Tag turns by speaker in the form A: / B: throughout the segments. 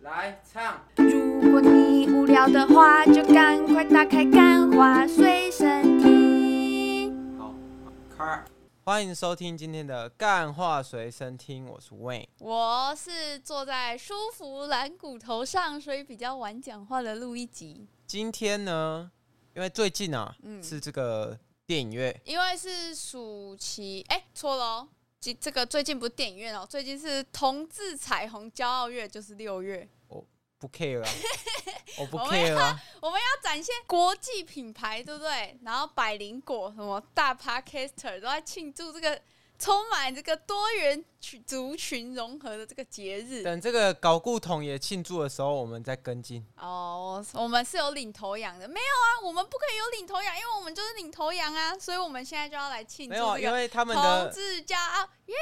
A: 来唱，
B: 如果你无聊的话，就赶快打开《干花随身听》。
A: 好，开。欢迎收听今天的《干话随身听》，我是 Wayne。
C: 我是坐在舒服蓝骨头上，所以比较晚讲话的录一集，
A: 今天呢，因为最近啊，
C: 嗯
A: 是这个电影月，
C: 因为是暑期，哎、错了哦，这这个最近不是电影院哦，最近是同志彩虹骄傲月，就是六月，
A: 不 care 啊，我不
C: 我
A: care 啊，
C: 我们要展现国际品牌，对不对？然后百灵果什么大 Podcaster 都在庆祝这个充满这个多元群族群融合的这个节日。
A: 等这个搞固桶也庆祝的时候，我们再跟进。
C: 哦，我们是有领头羊的，没有啊，我们不可以有领头羊，因为我们就是领头羊啊，所以我们现在就要来庆祝
A: 没有啊，
C: 这
A: 因
C: 个
A: 为他们
C: 同
A: 的
C: 志骄傲耶！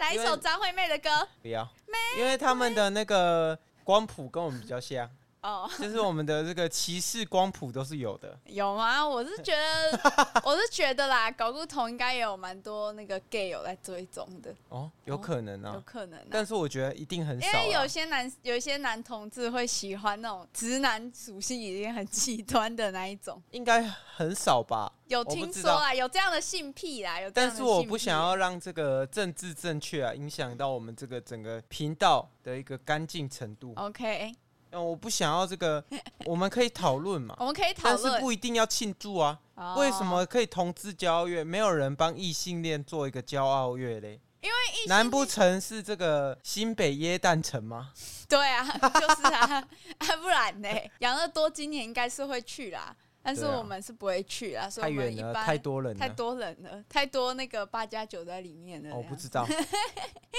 C: 来一
A: 因
C: 首
A: 为
C: 张惠妹的歌
A: 不要，因为他们的那个光谱跟我们比较像，
C: 哦，
A: 就是我们的这个歧视光谱都是有的。
C: 有吗？我是觉得， 我是觉得啦，搞不同应该也有蛮多那个 gay 有在追踪的，
A: 哦，有可能
C: 有
A: 啊，
C: 可能、啊。
A: 但是我觉得一定很
C: 因
A: 少啊。
C: 为有些男有一些男同志会喜欢那种直男属性已经很极端的那一种，
A: 应该很少吧，
C: 有
A: 我不
C: 听
A: 知
C: 说
A: 道
C: 啦，有这样的性癖啦，有这样
A: 但
C: 的
A: 是我
C: 性
A: 不
C: 癖
A: 想要让这个政治正确啊影响到我们这个整个频道的一个干净程度。
C: OK，
A: 嗯，我不想要这 个，我们可以讨论嘛，
C: 我们可以讨
A: 但是
C: 论
A: 不一定要庆祝啊。
C: 哦
A: 为什么可以同志骄傲月，没有人帮异性恋做一个骄傲月嘞？
C: 因
A: 为难不成是这个新北耶诞城吗？
C: 对 啊，就是啊，啊不然呢？养乐多今年应该是会去啦，但是
A: 对啊
C: 我们是不会去啦，所以
A: 太
C: 我们
A: 远
C: 一
A: 了，
C: 般
A: 太多人了，哦
C: 太多人了，太多那个八加九在里面了。嗯
A: 哦，我不
C: 这样
A: 知道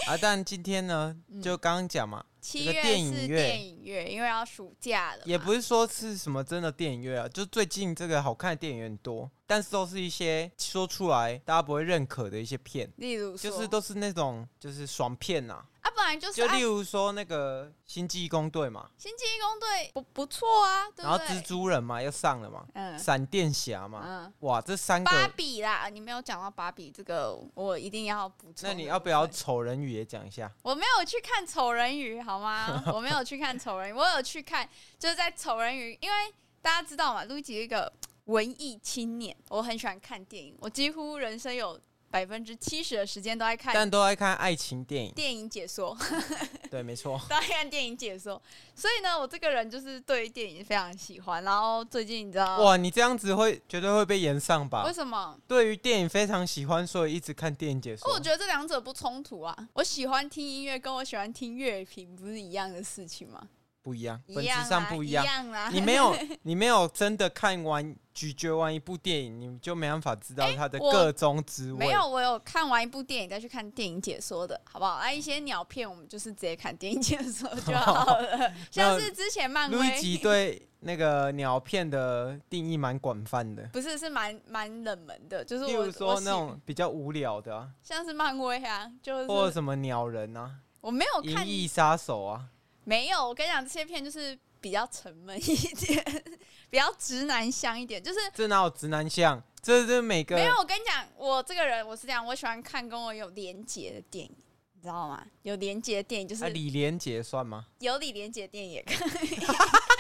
A: 啊。但今天呢，就刚刚讲嘛，这
C: 七
A: 个
C: 月
A: 电影
C: 是
A: 月
C: 电影月，因为要暑假了嘛，
A: 也不是说是什么真的电影院啊，就最近这个好看的电影院多，但是都是一些说出来大家不会认可的一些片，
C: 例如说
A: 就是都是那种就是爽片呐、啊，
C: 啊，本来就是
A: 就
C: 啊
A: 例如说那个《星际异攻队》嘛，
C: 星际义工队不不错啊，对
A: 然后
C: 不
A: 蜘
C: 对？
A: 蛛人嘛又上了嘛，
C: 嗯
A: 闪电侠嘛，
C: 嗯，
A: 哇，这三
C: 芭
A: 个，
C: 比啦，你没有讲到芭比这个，我一定要补充。
A: 那你要不要？丑人语也讲一下？
C: 我没有去看《丑人鱼》，好 吗？我没有去看《丑人鱼》，我有去看，就是在《丑人鱼》，因为大家知道嘛，路易吉是一个文艺青年，我很喜欢看电影，我几乎人生有百分之七十的时间都在看
A: 但都爱看爱情电影，
C: 电影解说，
A: 对，没错，
C: 都在看电影解说，所以呢，我这个人就是对电影非常喜欢。然后最近你知道
A: 哇，你这样子会绝对会被延上吧
C: 为？什么？
A: 对于电影非常喜欢，所以一直看电影解说。
C: 哦我觉得这两者不冲突啊！我喜欢听音乐，跟我喜欢听乐评不是一样的事情吗？
A: 不一样，
C: 一
A: 本质
C: 样
A: 上
C: 啦
A: 不一
C: 一
A: 样。
C: 样啊啦。
A: 你没 有，你没有真的看完、咀嚼完一部电影，你就没办法知道它的
C: 哎我
A: 各中滋味。
C: 没有，我有看完一部电影再去看电影解说的，好不好？啊，一些鸟片我们就是直接看电影解说就好 了。像是之前漫
A: 路易吉
C: 威，
A: 对那个鸟片的定义蛮广泛的，
C: 不是是蛮蛮冷门的，就是
A: 例
C: 我
A: 如说
C: 我喜
A: 那种比较无聊的、啊，
C: 像是漫威啊，就
A: 或者
C: 是
A: 什么鸟人啊、
C: 我没有
A: 银
C: 看，
A: 翼杀手啊，
C: 没有。我跟你讲，这些片就是比较沉闷一点， 比较直男向一点，就是
A: 这哪有直男像？这是每个
C: 没有，我跟你讲，我这个人我是这样，我喜欢看跟我有连结的电影，你知道吗？有连结的电影就是
A: 啊，李连杰算吗？
C: 有李连杰的电影也可 以。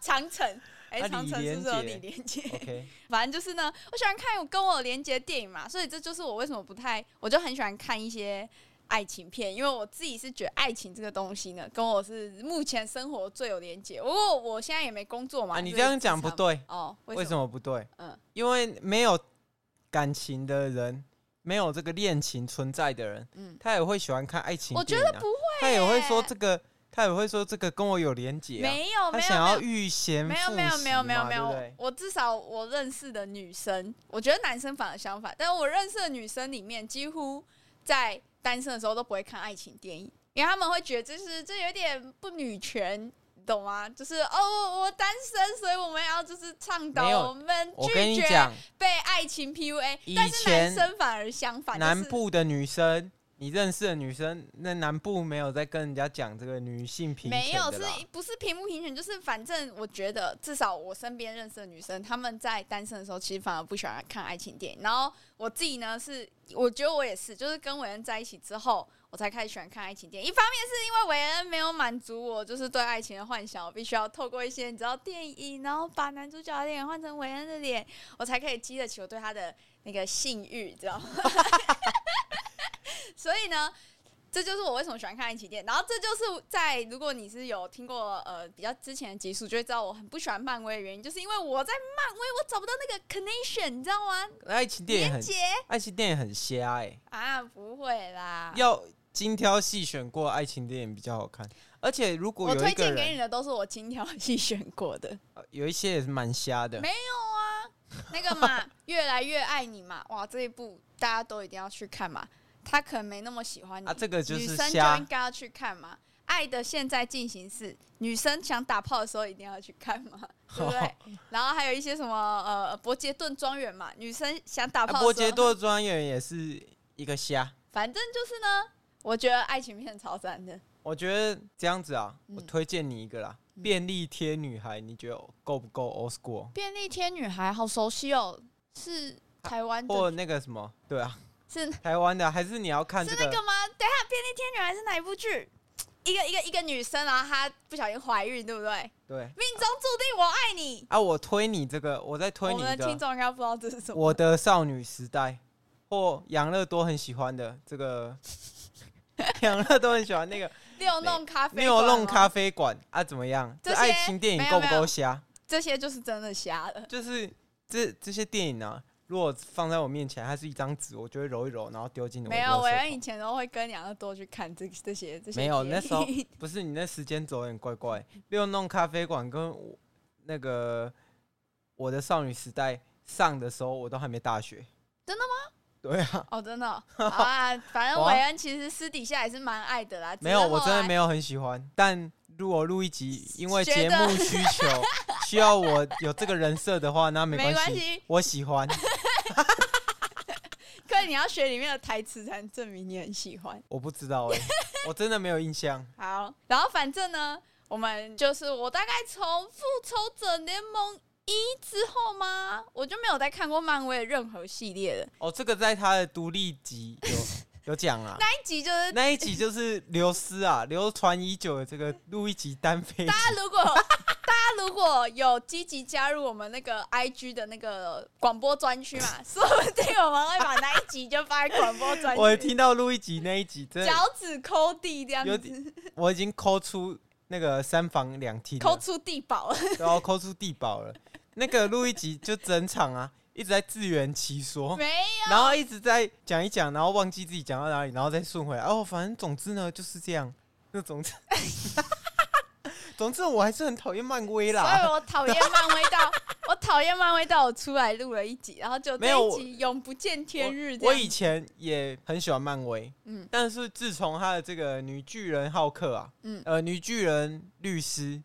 C: 长城，哎、
A: 啊
C: 长城
A: 李
C: 是不是有
A: 连哦
C: 李
A: 杰
C: 连杰？
A: OK，
C: 反正就是呢，我喜欢看有跟我有连结的电影嘛，所以这就是我为什么不太，我就很喜欢看一些爱情片，因为我自己是觉得爱情这个东西呢，跟我是目前生活最有连结。不过我现在也没工作嘛，
A: 啊，你
C: 就
A: 这
C: 是
A: 样讲
C: 职
A: 不
C: 场
A: 对，
C: 哦，为
A: 为
C: 什
A: 什
C: 么？
A: 么不对？
C: 嗯
A: 因为没有感情的人，没有这个恋情存在的人，
C: 嗯，
A: 他也会喜欢看爱情、啊。
C: 我觉得不会，
A: 他也会说这个，他也会说这个跟我有连结、啊。
C: 没有
A: 他
C: 没有
A: 想
C: 没有
A: 要遇贤
C: 没有没有
A: 复习
C: 没有没有
A: 嘛
C: 没
A: 对不
C: 有
A: 对，
C: 我至少我认识的女生，我觉得男生反而相反，但我认识的女生里面，几乎在单身的时候都不会看爱情电影，因为他们会觉得就是这有点不女权，你懂吗？就是哦，我我单身，所以我们要就是倡导
A: 没有
C: 我们
A: 我跟
C: 拒
A: 你
C: 绝
A: 讲，
C: 被爱情 PUA，
A: 以
C: 但是
A: 前
C: 男生反而相反，
A: 南
C: 就是
A: 部的女生，你认识的女生，那南部没有在跟人家讲这个女性平
C: 没
A: 权
C: 有，
A: 的
C: 是
A: 啦。
C: 不是平不平权？就是反正我觉得，至少我身边认识的女生，她们在单身的时候，其实反而不喜欢看爱情电影。然后我自己呢，是我觉得我也是，就是跟伟恩在一起之后，我才开始喜欢看爱情电影。一方面是因为韦恩没有满足我就是对爱情的幻想，我必须要透过一些你知道电影，然后把男主角的脸换成韦恩的脸，我才可以激得起我对他的那个性欲，知道吗？ 所以呢。这就是我为什么喜欢看爱情电影，然后这就是在如果你是有听过呃比较之前的集数，就会知道我很不喜欢漫威的原因，就是因为我在漫威我找不到那个 connection，你知道吗？
A: 爱情电影
C: 连
A: 很
C: 接
A: 爱情电影很瞎哎、
C: 啊，不会啦，
A: 要精挑细选过爱情电影比较好看。而且如果
C: 我
A: 有一
C: 推
A: 个
C: 荐给
A: 人
C: 你的都是我精挑细选过的，
A: 呃有一些也是蛮瞎的
C: 没，那 个嘛，越来越爱你嘛，哇，这一部大家都一定要去看嘛，他可能没那么喜欢你，
A: 啊这个就是
C: 女生就
A: 瞎
C: 应该要去看嘛。爱的现在进行式，女生想打炮的时候一定要去看 嘛，对不对？然后还有一些什么呃伯杰顿庄园嘛，女生想打
A: 啊
C: 炮
A: 伯
C: 的时
A: 杰
C: 候，
A: 顿庄园也是一个瞎。
C: 反正就是呢，我觉得爱情片超赞的，
A: 我觉得这样子啊，
C: 嗯
A: 我推荐你一个啦，
C: 嗯
A: 便利贴女孩》，你觉得够不够 old school？
C: 《便利贴女孩》好熟悉哦，是台湾的，
A: 或那个什么，对啊，
C: 是
A: 台湾的，还是你要看这
C: 是那个吗？等一下，《便利贴女孩》是哪一部剧？一个一个一个女生，然后她不小心怀孕，对不对？
A: 对
C: 命中注定我爱你。
A: 啊，我推你这个，我在推
C: 我
A: 你
C: 们的听
A: 的《
C: 众应该不知道这是什么。
A: 我的少女时代》，或杨乐多很喜欢的这 个，杨乐多很喜欢那个
C: 六弄咖啡，啊
A: 六弄，咖啡馆啊，怎么样？
C: 这
A: 这
C: 些
A: 爱情电
C: 没
A: 影
C: 有
A: 够不
C: 没有
A: 够瞎？
C: 这些就是真的瞎了。
A: 就是这这些电影啊，如果放在我面前，它是一张纸，我就会揉一揉，然后丢进我的
C: 没有，
A: 垃圾
C: 我
A: 桶
C: 以前都会跟杨乐多去看这 这些这些。
A: 没有，那时候 不是你那时间走得很怪怪。六弄咖啡馆跟我那个我的少女时代上的时候，我都还没大学。
C: 真
A: 的吗？对啊，
C: 哦，真的 哦好啊。反正
A: 哇
C: 韦恩其实私底下也是蛮爱的啦。
A: 没有，我真的没
C: 有。
A: 有很喜欢。但如果录一集，因为
C: 觉
A: 节
C: 得
A: 目需 求需要我有这个人设的话，那没
C: 没
A: 关
C: 关
A: 系，
C: 系，
A: 我喜欢。
C: 可是你要学里面的台词才能证明你很喜欢。
A: 我不知道哎、我真的没有印象。
C: 好，然后反正呢，我们就是我大概从复仇者联盟一之后吗，我就没有再看过漫威的任何系列了。
A: 哦，这个在他的独立集有有讲啊。
C: 那一集就是
A: 那一集就是流失啊，流传已久的这个录一集单飞集。
C: 大家如果 大家如果有积极加入我们那个 IG 的那个广播专区 嘛，说不定我们会把那一集就放在广播专区。
A: 我听到录一集那一集，真的
C: 脚趾抠地这样
A: 有
C: 子
A: 点，我已经抠出那个三房两厅
C: 抠
A: 了，
C: 出地堡了。
A: 然后抠出地堡了。那个录一集就整场啊，一直在自圆其说，
C: 没
A: 然后一直在讲一讲，然后忘记自己讲到哪里，然后再顺回来。哦，反正总之呢就是这样。那总之， 总之我还是很讨厌漫威
C: 有， 所以
A: 啦。
C: 我讨厌漫威到 我讨厌漫威到我出来录了一集，然后就
A: 没
C: 这
A: 有
C: 一
A: 我
C: 集永不见天日这
A: 我
C: 样
A: 我以前也很喜欢漫威，
C: 嗯
A: 但是自从他的这个女巨人浩克啊，
C: 嗯
A: 呃，女巨人律师，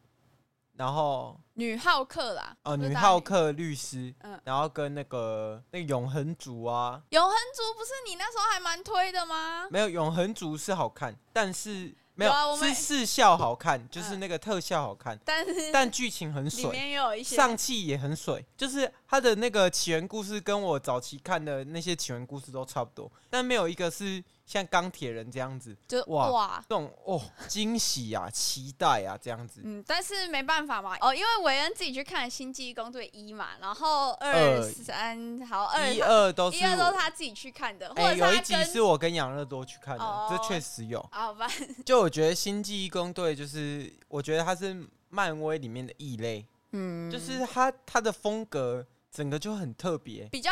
A: 然后
C: 女浩克啦，
A: 呃，
C: 就是
A: 女
C: 大
A: 浩克律师，
C: 嗯
A: 然后跟那个那个永恒族啊，
C: 永恒族不是你那时候还蛮推的吗？
A: 没有永恒族是好看，但是没有
C: 有啊我们
A: 是视效好看，就是那个特效好看，
C: 但是
A: 但剧情很
C: 里
A: 水，
C: 面又有一些
A: 上气也很水，就是它的那个起源故事跟我早期看的那些起源故事都差不多，但没有一个是像钢铁人这样子
C: 就是
A: 哇
C: 哇。
A: 那种哦惊喜啊、期待啊这样子。
C: 嗯，但是没办法嘛，哦，因为韦恩自己去看《星际异攻队一》嘛，然后二
A: 二
C: 三好二
A: 一二都是
C: 嗯一二都
A: 我
C: 是他自己去看的，或
A: 哎、
C: 者
A: 有一
C: 他
A: 集
C: 跟
A: 是我跟养乐多去看的，
C: 哦
A: 这确实有。
C: 好吧，
A: 就我觉得《星际义工队》就是，我觉得它是漫威里面的异类，
C: 嗯，
A: 就是它它的风格整个就很特别。
C: 比较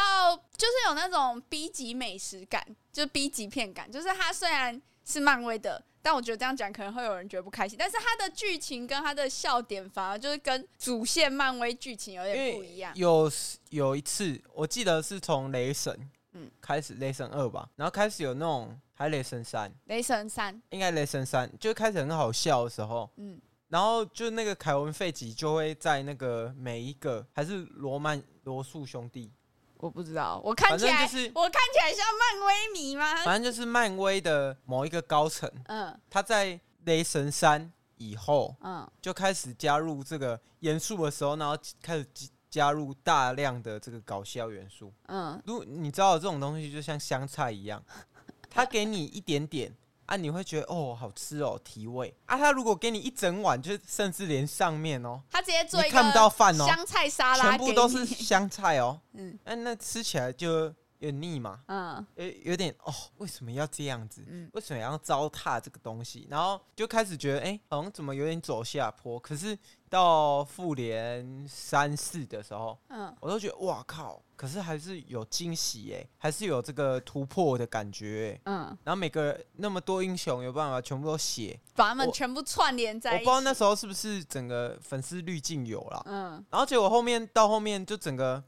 C: 就是有那种 B 级美食感，就是 B 级片感，就是它虽然是漫威的，但我觉得这样讲可能会有人觉得不开心，但是它的剧情跟它的笑点反而就是跟主线漫威剧情有
A: 因
C: 点
A: 为
C: 不一样。
A: 有时有一次，我记得是从雷神，
C: 嗯
A: 嗯，开始雷神二吧，然后开始有那种还雷神三，
C: 雷神三，
A: 应该雷神三就开始很好笑的时候，
C: 嗯，
A: 然后就那个凯文费奇就会在那个每一个还是罗曼罗素兄弟，
C: 我不知道，我看起来、
A: 反正就是
C: 我看起来像漫威迷吗？
A: 反正就是漫威的某一个高层，
C: 嗯
A: 他在雷神三以后，
C: 嗯，
A: 就开始加入这个严肃的时候，然后开始加加入大量的这个搞笑元素。
C: 嗯，
A: 如你知道这种东西就像香菜一样，它给你一点点，啊，你会觉得哦好吃哦提味啊。他如果给你一整碗，就是甚至连上面哦，
C: 他直接做一
A: 你看不到
C: 个
A: 饭哦
C: 香菜沙拉，
A: 全部都是香菜哦，
C: 嗯
A: 那、那吃起来就有点腻嘛，
C: 嗯
A: 有有点哦，为什么要这样子？
C: 嗯
A: 为什么要糟蹋这个东西？然后就开始觉得，哎、好像怎么有点走下坡。可是到复联三四的时候，
C: 嗯，
A: 我都觉得哇靠！可是还是有惊喜哎、还是有这个突破的感觉、欸。
C: 嗯，
A: 然后每个那么多英雄有办法全部都写，
C: 把它们
A: 我
C: 全部串联
A: 我
C: 在
A: 不
C: 一
A: 知
C: 起。
A: 道那时候是不是整个粉丝滤镜有啦。
C: 嗯
A: 然后结果后面到后面就整个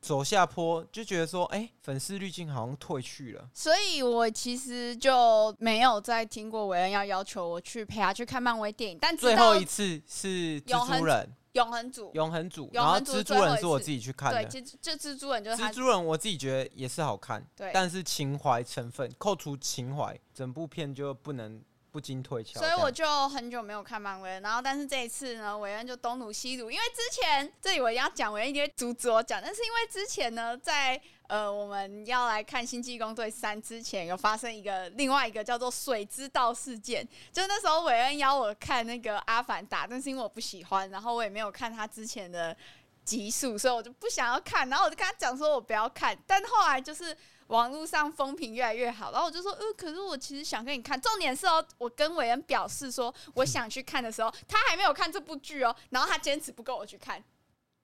A: 走下坡，就觉得说，哎、粉丝滤镜好像退去了。
C: 所以我其实就没有再听过韦恩要要求我去陪他去看漫威电影，但
A: 最
C: 直到
A: 后一次是蜘蛛
C: 永
A: 人
C: 永恒组，
A: 永恒组，
C: 永
A: 然后
C: 恒组
A: 蜘蛛
C: 最后
A: 人
C: 一
A: 是我
C: 次
A: 自己去看
C: 对，
A: 的。
C: 这这蜘蛛人就是他
A: 蜘，蛛人我自己觉得也是好看，
C: 对，
A: 但是情怀成分扣除情怀，整部片就不能不经推敲这
C: 所以
A: 样。
C: 我就很久没有看漫威了，然后但是这一次呢，韦恩就东努西努，因为之前这里我要讲，韦恩一定会阻止我讲，但是因为之前呢，在呃我们要来看《星际攻队三》之前，有发生一个另外一个叫做水之道事件，就那时候韦恩邀我看那个《阿凡达》，但是因为我不喜欢，然后我也没有看他之前的集数，所以我就不想要看，然后我就跟他讲说我不要看，但后来就是。网络上风评越来越好，然后我就说，嗯，可是我其实想跟你看。重点是哦，我跟伟恩表示说我想去看的时候，
A: 嗯
C: 他还没有看这部剧哦，然后他坚持不跟我去看。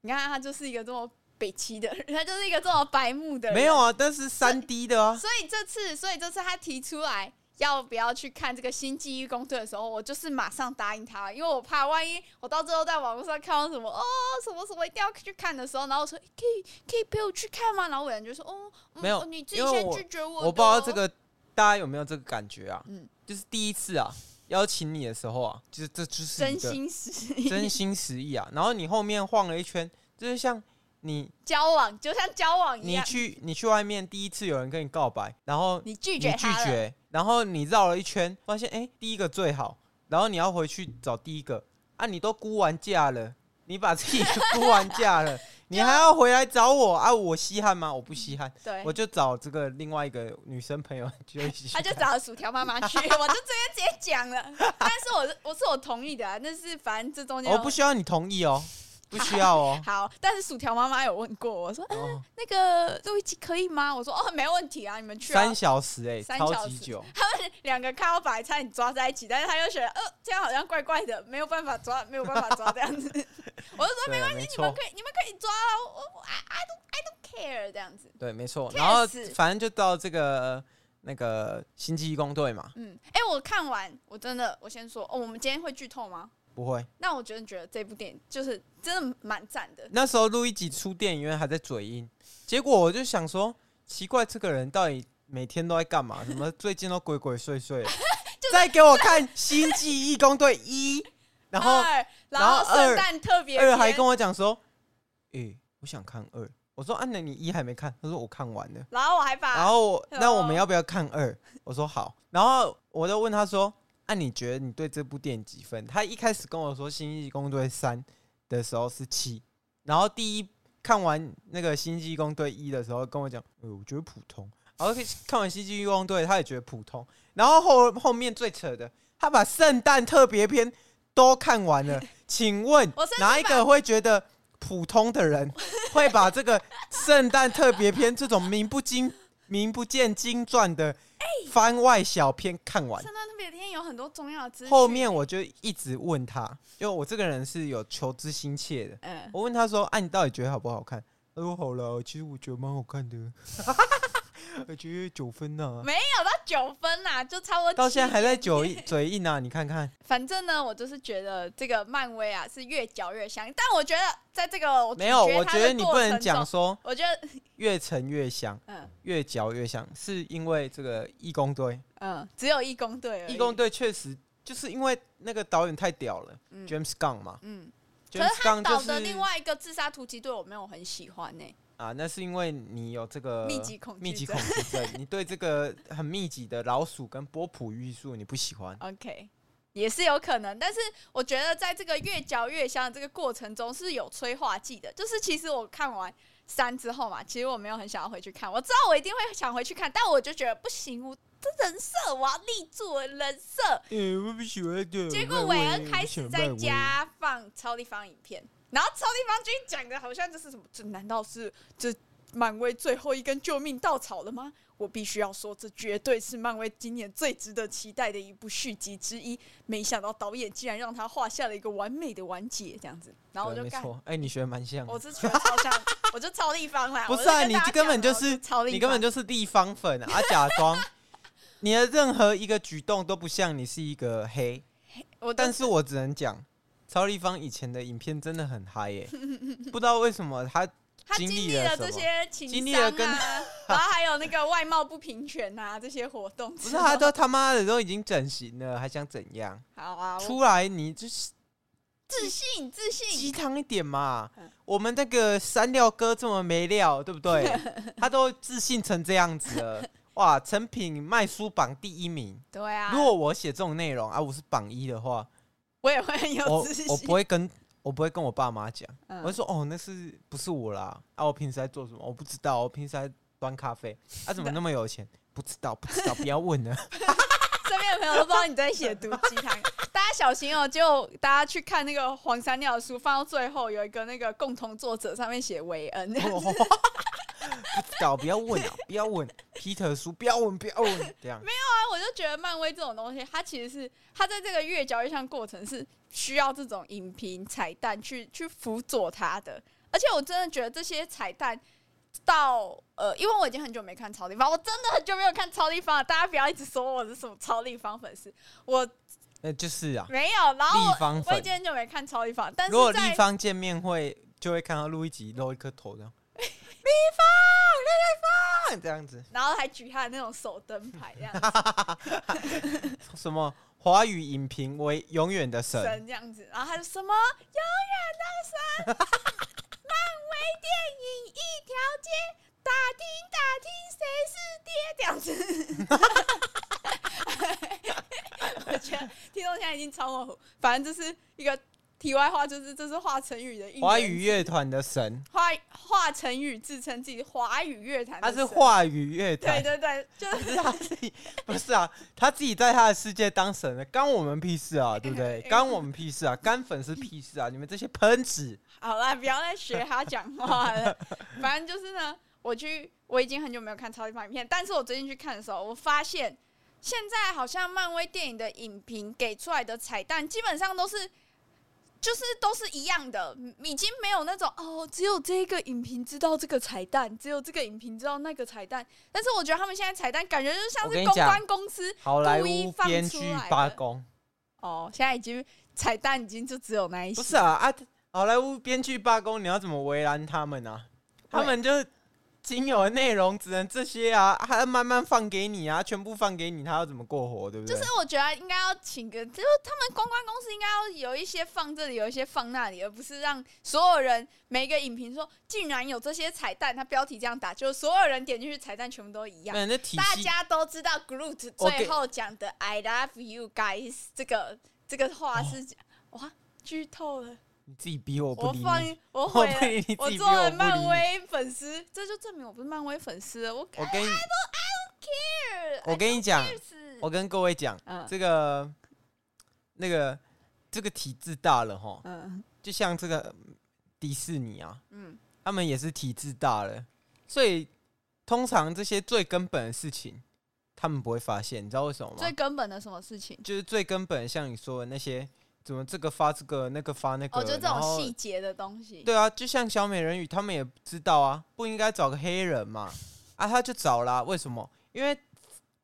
C: 你看他就是一个这么北齐的人，他就是一个这么白目的人。
A: 没有啊，但是三 D 的啊，
C: 所以这次，所以这次他提出来要不要去看这个《新记忆公队》的时候，我就是马上答应他，因为我怕万一我到最后在网络上看到什么哦什么什么一定要去看的时候，然后我说可以可以陪我去看吗？然后伟人就说哦、嗯
A: 没有
C: 哦你自己
A: 因为
C: 先
A: 我
C: 拒绝我
A: 我
C: 我
A: 不知道这个大家有没有这个感觉啊？
C: 嗯
A: 就是第一次啊，邀请你的时候啊，就是这就是一
C: 真
A: 个
C: 心实意
A: 真心实 意啊，然后你后面晃了一圈，就是像你
C: 交往，就像交往一
A: 你
C: 样，
A: 去你去外面第一次有人跟你告白，然后
C: 你拒
A: 你
C: 绝
A: 拒
C: 他了，
A: 绝，然后你绕了一圈，发现哎、诶第一个最好，然后你要回去找第一个啊，你都估完价了，你把自己估完价 了，你还要回来找我啊？我稀罕吗？我不稀罕，
C: 对
A: 我。就找这个另外一个女生朋友就一起去
C: 他
A: 看，
C: 就找了薯条妈妈去，我就这边直接讲了。 但是我是我是我同意的、啊，但是反正这中间。
A: 我、哦不需要你同意哦，不需要哦
C: 好，但是薯条妈妈有问过我说，嗯，
A: 哦
C: 那个录一集可以吗？我说哦，没问题啊，你们去、啊
A: 三。小时哎、
C: 三
A: 超
C: 小
A: 级
C: 时
A: 久，
C: 两个看到白差点抓在一起，但是他又觉得呃，这样好像怪怪的，没有办法抓，没有办法抓 这样子。我就说
A: 对啊，没
C: 你们
A: 错
C: 可，以，你们可以抓啊，我我 I I don't I don't care 这样子。
A: 对，没错。
C: 确
A: 然后
C: 实
A: 反正就到这个那个星际义工队嘛，
C: 嗯，哎、我看完，我真的，我先说哦，我们今天会剧透吗？
A: 不会。
C: 那我真的觉得这部电影就是真的蛮赞的。
A: 那时候录一集出电影院还在嘴硬，结果我就想说，奇怪，这个人到底每天都在干嘛？怎么最近都鬼鬼祟 祟的？再给我看《星际义工队 一》，然后
C: 二然
A: 然后
C: 后圣诞特别
A: 二还
C: 篇
A: 跟我讲说，诶、我想看二。我说啊，那你一还没看？他说我看完了。
C: 然后我还把
A: 然后我
C: 哦
A: 那我们要不要看二？我说好。然后我就问他说，啊，你觉得你对这部电影几分？他一开始跟我说《星际工队三》的时候是七，然后第一看完那个《星际工队一》的时候跟我讲，呃，我觉得普通。然后看完《星际工队》，他也觉得普通。然后后后面最扯的，他把圣诞特别篇都看完了。请问
C: 我甚至
A: 哪一个会觉得普通的人会把这个圣诞特别篇这种名不经 名不见经传的番外小片看完？
C: 圣诞特别篇有很多重要的资讯。
A: 后面我就一直问他，因为我这个人是有求知心切的。
C: 嗯，
A: 我问他说：“啊，你到底觉得好不好看？”他说：“好了，其实我觉得蛮好看的，我 觉得九分呐、
C: 没有到九分啦，就差不多。
A: 到现在还在九一嘴硬啊，你看看，
C: 反正呢，我就是觉得这个漫威啊是越嚼越香，但我觉得在这个我
A: 没有，
C: 咀嚼
A: 我
C: 它
A: 觉
C: 的
A: 得你不
C: 过
A: 能
C: 程
A: 讲
C: 中，
A: 说
C: 我觉得
A: 越沉越香，
C: 嗯
A: 越嚼越香，是因为这个义工队，
C: 嗯，只有义工队而已，
A: 义工队确实就是因为那个导演太屌了、
C: 嗯
A: j a m e s Gunn 嘛
C: 嗯，可
A: ，James
C: 是他
A: Gunn 就
C: 导的另
A: 是
C: 外一个自杀突击队，我没有很喜欢呢、
A: 啊，那是因为你有这个
C: 密集恐惧
A: 密集
C: 症
A: 恐惧症，你对这个很密集的老鼠跟波普玉树你不喜欢。
C: OK，也是有可能，但是我觉得在这个越嚼越香的这个过程中是有催化剂的，就是其实我看完。三之后嘛，其实我没有很想要回去看，我知道我一定会想回去看，但我就觉得不行，我这人设我要立住我的人设。
A: 嗯，我不喜欢的。
C: 结果韦恩开始在家放超立方影片，然后超立方君讲的好像就是什么，这难道是这漫威最后一根救命稻草了吗？我必须要说，这绝对是漫威今年最值得期待的一部续集之一。没想到导演竟然让他画下了一个完美的完结，这样子。然后我
A: 对
C: 就
A: 没
C: 干，
A: 错，哎，你学得蛮像的。
C: 我是觉得超像，我就超立方 啦。
A: 不
C: 我
A: 是啊，
C: 跟
A: 你
C: 大家
A: 根本
C: 讲
A: 就
C: 我是
A: 是
C: 超立方，
A: 你根本就是地方粉啊，啊假装 你的任何一个举动都不像你是一个黑。
C: 我
A: 但
C: 但
A: 是我只能讲，超立方以前的影片真的很嗨 耶、不知道为什么他
C: 他
A: 经
C: 经
A: 历
C: 历
A: 了
C: 了
A: 什
C: 这
A: 么
C: 些情
A: 经历
C: 商
A: 了
C: 啊，
A: 跟
C: 然后还有那个外貌不平权啊这些活动
A: 不
C: 之
A: 是
C: 后，
A: 他都他妈的都已经整形了，还想怎样？
C: 好啊，我
A: 出来你就是
C: 自信自
A: 鸡
C: 信，
A: 汤一点嘛
C: 嗯。
A: 我们那个三料哥这么没料，对不对？ 他都自信成这样子了，哇！成品卖书榜第一名。
C: 对啊，
A: 如果我写这种内容啊，我是榜一的话，
C: 我也会很 有
A: 我
C: 自信，
A: 我不会跟我不会跟我爸妈讲。
C: 嗯
A: 我就说哦，那是不是我啦？啊，我平时在做什么？我不知道，我平时在端咖啡。啊，怎么那么有钱？不知道，不知道，不要问了。
C: 身边的朋友都不知道你在写毒鸡汤，大家小心哦！就大家去看那个黄山料的书，放到最后有一个那个共同作者，上面写韦恩，
A: 不知道， 不要问啊，不要问。Peter 叔，不要问，不要问，这样。
C: 我就觉得漫威这种东西，它其实是它在这个越嚼越像过程是需要这种影评彩蛋去去辅佐它的，而且我真的觉得这些彩蛋到呃，因为我已经很久没看超立方，我真的很久没有看超立方了，大家不要一直说我是什么超立方粉丝，我
A: 那就是啊，
C: 没有，然后
A: 立
C: 我
A: 方
C: 我已
A: 粉。
C: 经很久没看超立方，但
A: 如果
C: 是
A: 立
C: 在
A: 方见面会，就会看到路易吉露一颗头这样。立方，立方，这样子。
C: 然后还举他的那种手灯牌这样子
A: 什么华语影评为永远的神？
C: 神这样子，然后他就什么永远的神，漫威电影一条街，打听打听谁是爹这样子。我觉得听众现在已经超模糊，反正就是一个题外话，就是这是华晨宇的应援
A: 华语乐团的神，
C: 华华晨宇自称自己华语乐坛的
A: 他
C: 神，
A: 是华语乐团。
C: 对对对，就是
A: 不是啊他自己，不是啊，他自己在他的世界当神了，干我们屁事啊，对不
C: 哎
A: 对？干我们屁事啊，干粉丝屁事啊，你们这些喷子！
C: 好啦，不要再学他讲话了。 反正就是呢，我去，我已经很久没有看超级棒影片，但是我最近去看的时候，我发现现在好像漫威电影的影评给出来的彩蛋，基本上都是。就是都是一样的，嗯已经没有那种哦，只有这个影评知道这个彩蛋，只有这个影评知道那个彩蛋。但是我觉得他们现在彩蛋感觉就像
A: 我
C: 是
A: 跟你
C: 公
A: 讲
C: 关公司
A: 好莱
C: 故意
A: 坞
C: 放
A: 编
C: 出
A: 剧
C: 来
A: 八
C: 的
A: 公，
C: 哦，现在已经彩蛋已经就只有那一些。
A: 不是啊啊！好莱坞编剧罢工，你要怎么为难他们啊？他们就仅有的内容只能这些啊，啊他慢慢放给你啊，全部放给你，他要怎么过活，对不
C: 就
A: 对？
C: 是我觉得应该要请个，就是他们公关公司应该要有一些放这里，有一些放那里，而不是让所有人每一个影评说竟然有这些彩蛋，它标题这样打，就是所有人点进去彩蛋全部都一样。
A: 没有那体
C: 大
A: 系，
C: 家都知道 Groot
A: 我给
C: 最后讲的 "I love you guys" 这个这个话是讲、哇剧透了，
A: 你自己逼我不
C: 我
A: 理
C: 放
A: 你。
C: 我
A: 我
C: 毁
A: 不理
C: 了，
A: 你
C: 我
A: 自己
C: 作
A: 逼我不
C: 为
A: 理
C: 漫
A: 你
C: 威粉丝，这就证明我不是漫威粉丝了。我
A: 我跟你，我
C: care，
A: 跟你讲，我跟各位讲，
C: 嗯
A: 这个那个这个体制大了哈，
C: 嗯
A: 就像这个嗯迪士尼啊，
C: 嗯
A: 他们也是体制大了，所以通常这些最根本的事情，他们不会发现，你知道为什么
C: 最
A: 吗？
C: 根本的什么事情？
A: 就是最根本，像你说的那些，怎么这个发这个，那个发那个，
C: 哦，就这
A: 然
C: 种
A: 后
C: 细节的东西。
A: 对啊，就像小美人鱼，他们也知道啊，不应该找个黑人嘛，啊，他就找啦、为什么？因为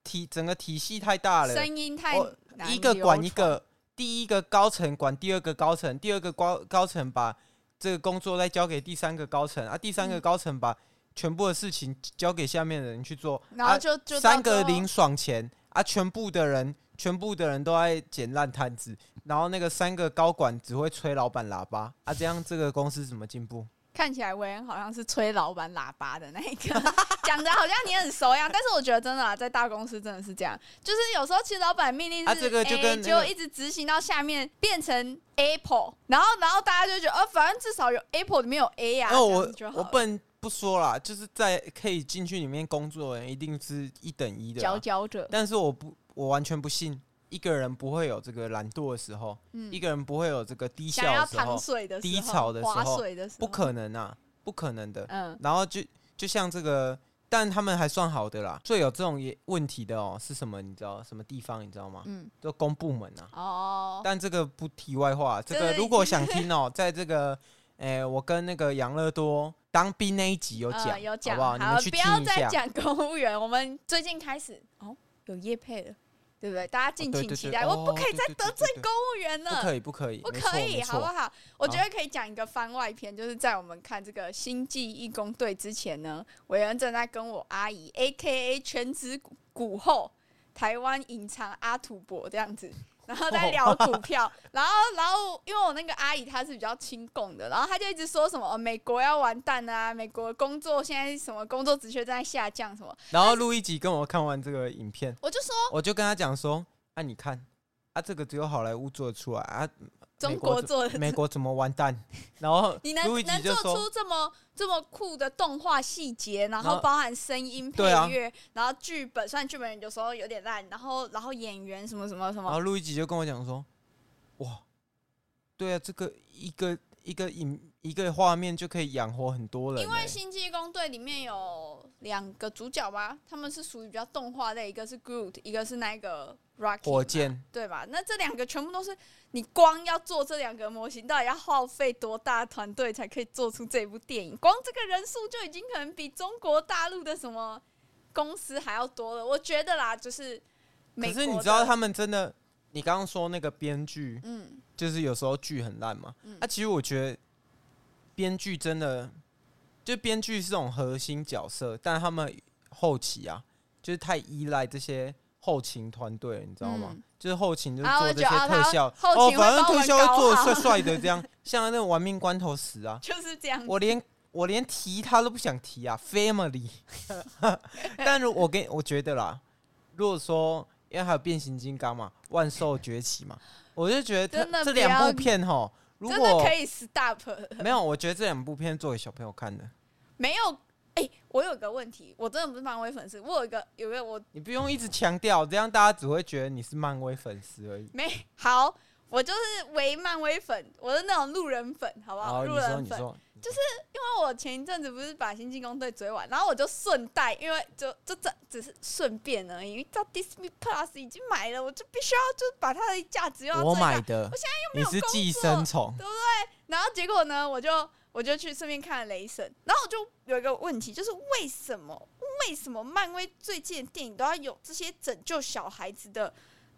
A: 体整个体系太大了，
C: 声音太
A: 哦
C: 难
A: 一个管一
C: 流
A: 个，第一个高层管第二个高层，第二个高高层把这个工作再交给第三个高层啊，第三个
C: 嗯
A: 高层把全部的事情交给下面的人去做，
C: 传，然后
A: 啊
C: 就就到
A: 三个
C: 最后
A: 零爽钱啊，全部的人全部的人都在捡烂摊子，然后那个三个高管只会吹老板喇叭啊，这样这个公司怎么进步？
C: 看起来韦恩好像是吹老板喇叭的那一个， 讲的好像你很熟一样。但是我觉得真的啊，在大公司真的是这样，就是有时候其实老板命令是
A: 啊这个就
C: A，
A: 跟那个
C: 就一直执行到下面变成呃 Apple，然后然后大家就觉得，哦，反正至少有 Apple 里面有 A 呀、啊，
A: 那
C: 这样
A: 我
C: 子就好
A: 我
C: 了
A: 不能不不说啦，就是在可以进去里面工作的人，一定是一等一的啊啦
C: 佼佼者，
A: 但是我不，我完全不信一个人不会有这个懒惰的时候，
C: 嗯
A: 一，个人不会有这个低
C: 想
A: 效
C: 要
A: 的时
C: 淌
A: 候，
C: 水的时候、
A: 低潮的时候
C: 划水的时候，
A: 不，可能啊，不可能的。
C: 嗯，
A: 然后就就像这个，但他们还算好的啦。最有这种也问题的哦，是什么？你知道什么地方？你知道吗？
C: 嗯，
A: 就公部门啊。
C: 哦，
A: 但这个不题外话，这
C: 真
A: 个
C: 的
A: 如果想听哦， 在这个，诶、我跟那个杨乐多当兵那一集有讲、
C: 嗯有讲，
A: 好不好？你们去听
C: 要
A: 一
C: 再
A: 下。
C: 讲公务员，我们最近开始哦，有业配了，对不对？大家敬
A: 对
C: 请
A: 对
C: 期
A: 对
C: 待，
A: 哦
C: 我不可以
A: 对
C: 再
A: 对
C: 得
A: 对
C: 罪
A: 对对
C: 公务员
A: 不
C: 了。
A: 可以，不可以，
C: 不
A: 没错
C: 可以，
A: 没错
C: 好不好？我觉得可以讲一个番外篇，就是在我们看这个《星际义工队》之前呢，韦恩正在跟我阿姨 （A K A 全职股后）台湾隐藏阿土伯这样子，然后
A: 哦
C: 在聊 股票，然后然后因为我那个阿姨她是比较亲共的，然后她就一直说什么、哦、美国要完蛋啊，美国工作现在什么工作职缺正在下降什么，
A: 然后录一集跟我看完这个影片，
C: 我就说
A: 我就跟他讲说：“啊，你看，啊，这个只有好莱坞做得出来 啊，
C: 中
A: 美
C: 国
A: 怎
C: 做的。
A: 美国怎么完蛋？”然后
C: 你能
A: 路易吉
C: 能
A: 就
C: 做
A: 说
C: 出这么这么酷的动画细节，然
A: 然后
C: 后包含声音配
A: 对啊
C: 乐，然后剧本，虽然剧本有时候有点烂，然后然后演员什么什么什
A: 然
C: 么，
A: 后路易吉就跟我讲说：“哇，对啊，这个一个一个影一个画面就可以养活很多人、欸，
C: 因为《星际工队》里面有两个主角吧，他们是属于比较动画类，一个是 Groot，一个是那个 Rocky
A: 火
C: 嘛
A: 箭
C: 对吧？那这两个全部都是你光要做这两个模型，到底要耗费多大的团队才可以做出这部电影？光这个人数就已经可能比中国大陆的什么公司还要多了。我觉得啦，就是美
A: 可
C: 国
A: 是
C: 的
A: 你知道他们真的，你刚刚说那个编剧，
C: 嗯，
A: 就是有时候剧很烂嘛。
C: 嗯
A: 啊，其实我觉得编剧真的，就编剧是这种核心角色，但他们后期啊，就是太依赖这些后勤团队了，你知道吗？
C: 嗯
A: 就是后勤就
C: 啊
A: 做
C: 我
A: 这
C: 就
A: 些
C: 啊
A: 特
C: 他
A: 效，
C: 后
A: 哦，
C: 勤会
A: 反正
C: 帮我
A: 特
C: 们
A: 效会
C: 搞啊
A: 做的
C: 好
A: 帅帅的，这样像那种玩命关头十啊，
C: 就是这样子。
A: 我连我连提他都不想提啊，family。但如我跟我觉得啦，如果说因为还有变形金刚嘛，万兽崛起嘛，我就觉得
C: 真的
A: 它这
C: 不要
A: 两部片哈，如
C: 真的
A: 果
C: 可以 stop
A: 没有，我觉得这两部片做给小朋友看的，
C: 没有？哎、我有个问题，我真的不是漫威粉丝，我有一个有一个我
A: 你不用一直强调，这样大家只会觉得你是漫威粉丝而已。
C: 没好，我就是唯漫威粉，我是那种路人粉，好不
A: 然
C: 好？
A: 后
C: 路
A: 哦你说
C: 人
A: 你
C: 粉。
A: 说，
C: 就是因为我前一阵子不是把《星际工队》追完，然后我就顺带，因为就就这只是顺便而已，因为到 Disney Plus 已经买了，我就必须要就是把它的价值要
A: 我
C: 最大
A: 买的，你
C: 没有
A: 是
C: 工
A: 寄
C: 作
A: 生虫，
C: 然后结果呢，我就我就去顺便看了雷神，然后我就有一个问题，就是为什么为什么漫威最近的电影都要有这些拯救小孩子的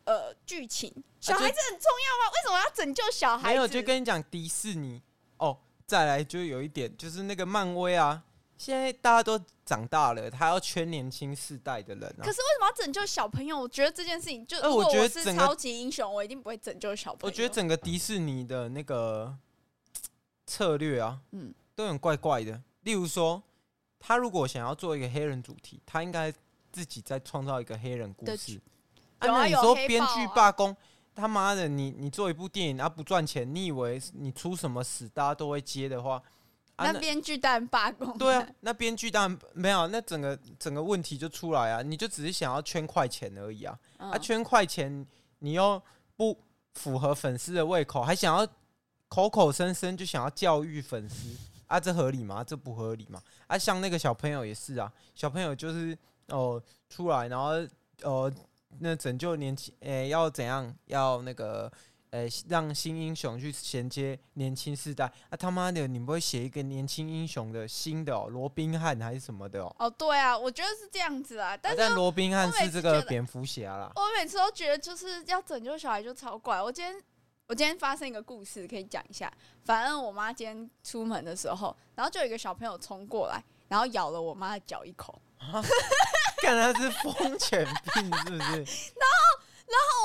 C: 呃剧情？小
A: 啊就
C: 孩子很重要吗？为什么要拯救小哦孩
A: 没
C: 子？
A: 有，就跟你讲迪士尼哦，再来就有一点就是那个漫威啊，现在大家都长大了，他要圈年轻世代的人啊
C: 可。是为什么要拯救小朋友？我觉得这件事情就，
A: 呃
C: 如果
A: 我觉得
C: 是
A: 整个
C: 超级英雄，我一定不会拯救小朋友。
A: 我觉得整个迪士尼的那个策略啊，
C: 嗯
A: 嗯，都很怪怪的。例如说，他如果想要做一个黑人主题，他应该自己再创造一个黑人故
C: 对
A: 事。
C: 有啊
A: 那你
C: 有
A: 说
C: 黑
A: 编
C: 豹
A: 剧
C: 啊
A: 罢工，他妈的，你你做一部电影啊不赚钱，你以为你出什么屎大家都会接的话？啊、
C: 那编剧蛋罢 工，
A: 对啊，那编剧当然没有，啊那整个整个问题就出来啊，你就只是想要圈快钱而已啊，
C: 嗯，
A: 啊圈快钱，你又不符合粉丝的胃口，还想要口口声声就想要教育粉丝啊，这合理吗？这不合理嘛？啊，像那个小朋友也是啊，小朋友就是哦、出来，然后呃那拯救年轻，诶、要怎样？要那个。呃，让新英雄去衔接年轻世代啊！他妈的，你不会写一个年轻英雄的新的哦，罗宾汉还是什么的哦？
C: 哦，对啊，我觉得是这样子啊。但
A: 啊
C: 是
A: 但罗宾汉
C: 我每
A: 是这
C: 次觉
A: 个
C: 得
A: 蝙蝠侠啦，
C: 我每次都觉得就是要拯救小孩就超怪。我今天我今天发生一个故事，可以讲一下。反正我妈今天出门的时候，然后就有一个小朋友冲过来，然后咬了我妈的脚一口。
A: 看他是疯犬病是不是？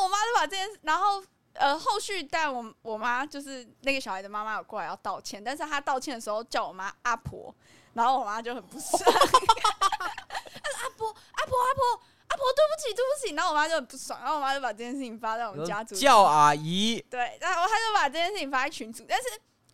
C: 我妈就把这件事，然后呃，后续但我我妈就是那个小孩的妈妈有过来要道歉，但是她道歉的时候叫我妈阿婆，然后我妈就很不爽，她 说阿婆阿婆阿婆阿婆，对不起对不起，然后我妈就很不爽，然后我妈就 把这件事情发在我们家族群
A: 叫阿姨，
C: 对，然后她就把这件事情发在群组，但是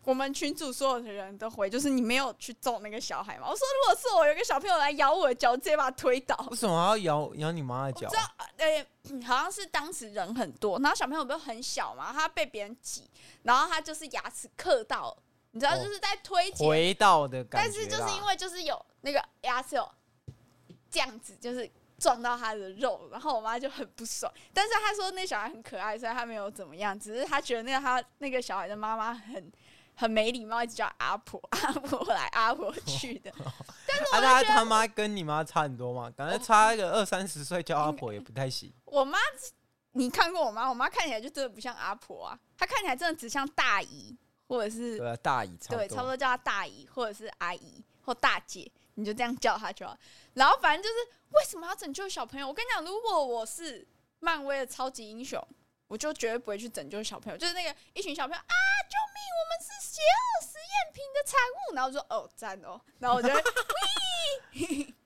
C: 我们群组所有的人都回，就是你没有去揍那个小孩嘛。我说，如果是我有一个小朋友来咬我的脚，我直接把他推倒。
A: 为什么要咬咬你妈的脚
C: 我知？道，呃、 好像是当时人很多，然后小朋友不是很小嘛，他被别人挤，然后他就是牙齿刻到，你知道，
A: 哦
C: 就是在推挤，
A: 回到的感觉
C: 但
A: 啦，
C: 是就是因为就是有那个牙齿有这样子，就是撞到他的肉，然后我妈就很不爽。但是她说那小孩很可爱，所以她没有怎么样，只是她觉得那个她那个小孩的妈妈很。很没礼貌，一直叫阿婆、阿婆来、阿婆去的，
A: 啊，他他妈跟你妈差很多嘛，感觉差个二三十岁叫阿婆也不太行。
C: 我妈，你看过我妈？我妈看起来就真的不像阿婆啊，她看起来真的只像大姨，或者是
A: 对啊，大姨差
C: 对，差不多叫她大姨，或者是阿姨或大姐，你就这样叫她就好。然后反正就是为什么要拯救小朋友？我跟你讲，如果我是漫威的超级英雄，我就绝对不会去拯救小朋友。就是那个一群小朋友啊，救命！我们是邪恶实验品的产物。然后我就哦赞哦，然后我 就会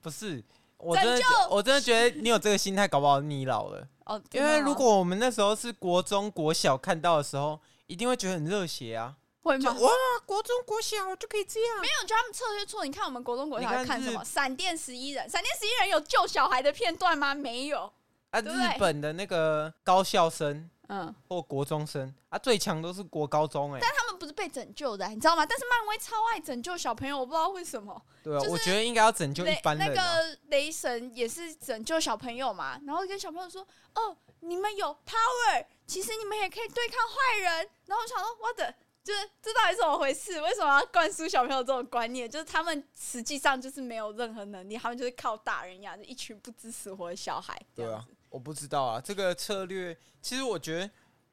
A: 不是，我真的觉
C: 拯救
A: 我真的觉得你有这个心态，搞不好你老了。
C: 哦， 真
A: 因
C: 的
A: 为
C: 吗
A: 如果我们那时候是国中、国小看到的时候，一定会觉得很热血啊！
C: 会
A: 就
C: 吗？
A: 哇，国中、国小就可以这样。
C: 没有，就他们策略错。你看我们国中国小
A: 你
C: 还
A: 看
C: 看什
A: 日
C: 么《闪电十一人》？《闪电十一人》有救小孩的片段吗？没有。
A: 啊，
C: 对不对
A: 日本的那个高校生
C: 嗯，
A: 或国中生啊，最强都是国高中哎、
C: 但他们不是被拯救的啊、你知道吗？但是漫威超爱拯救小朋友，我不知道为什么。
A: 对啊，
C: 就是
A: 我觉得应该要拯救一
C: 雷
A: 般
C: 那
A: 人、啊。
C: 个雷神也是拯救小朋友嘛，然后跟小朋友说：“哦，你们有 power，其实你们也可以对抗坏人。”然后我想说我的，就是这到底是怎么回事？为什么要灌输小朋友这种观念？就是他们实际上就是没有任何能力，他们就是靠大人养着一群不知死活的小孩。这
A: 对
C: 样
A: 啊，我不知道啊，这个策略其实我觉得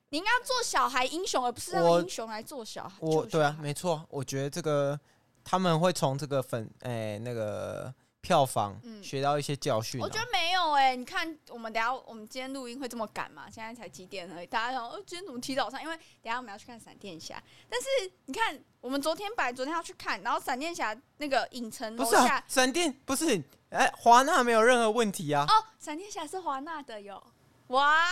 C: 你应该要做小孩英雄，而不是让
A: 我
C: 英雄来做小孩。
A: 我
C: 救
A: 对
C: 小
A: 啊，
C: 孩
A: 没错，我觉得这个他们会从这个粉哎、那个票房
C: 嗯
A: 学到一些教训、啊
C: 我觉得没有哎、你看我们等一下我们今天录音会这么赶嘛？现在才几点而已，大家想，哦，今天怎么提早上？因为等一下我们要去看闪电侠。但是你看，我们昨天本来昨天要去看，然后闪电侠那个影城
A: 不
C: 楼
A: 是
C: 下、
A: 啊，闪电不是哎，华纳没有任何问题啊。
C: 哦，闪电侠是华纳的哟，哇，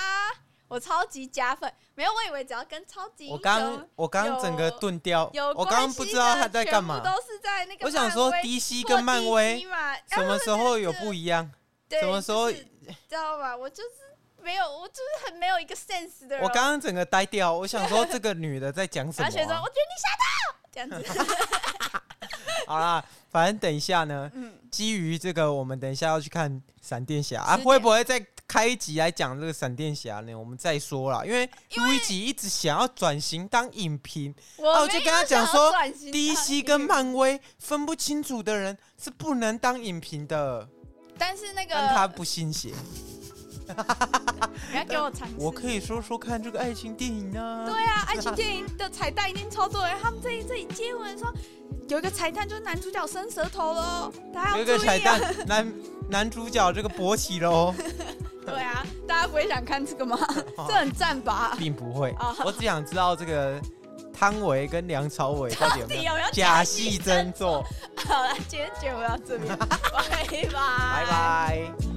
C: 我超级加粉。没有，我以为只要跟超级英
A: 我
C: 雄
A: 刚我刚整个
C: 有
A: 顿掉
C: 有，
A: 我刚刚不
C: 关系
A: 知道
C: 的
A: 他在
C: 全
A: 干
C: 部
A: 嘛。
C: 都是在那个
A: 我想说
C: 漫威
A: ，DC
C: 或
A: 跟漫
C: DC
A: 威
C: 嘛，啊
A: 什么时候有不一样？
C: 对
A: 什么时候
C: 就是知道吧？我就是没有，我就是很没有一个 sense 的人。
A: 我刚刚整个呆掉，我想说这个女的在讲什
C: 然
A: 么
C: 后学生，
A: 啊、
C: 我觉得你吓到，这 样子。
A: 好啦，反正等一下呢，
C: 嗯，
A: 基于这个，我们等一下要去看闪电侠啊，
C: 10
A: 会不会再开一集来讲这个闪电侠呢？我们再说啦，因为路易吉一直想要转型当影评
C: 我
A: 啊我就
C: 没有
A: 跟他讲
C: 想要
A: 说
C: 转型
A: ，DC
C: 到
A: 跟
C: 体育，
A: 漫威分不清楚的人是不能当影评的，
C: 但是那个
A: 但他不信邪。
C: 你要给我尝试。
A: 我可以说说看这个爱情电影啊。
C: 对啊，爱情电影的彩蛋一定超多人，他们这里这里接吻的时候有一个彩蛋，就是男主角伸舌头喽，大家要
A: 有一
C: 注
A: 个
C: 意
A: 彩。
C: 啊
A: 蛋，男 男主角这个勃起喽，
C: 对啊，大家不会想看这个 吗？这很赞吧？
A: 并不会
C: 啊。
A: 我只想知道这个汤唯跟梁朝伟到底有
C: 到底
A: 没
C: 有
A: 有
C: 没有
A: 假
C: 假
A: 戏
C: 戏
A: 真
C: 真
A: 做
C: 做？好了，今天节目到这边，拜拜，拜
A: 拜。拜。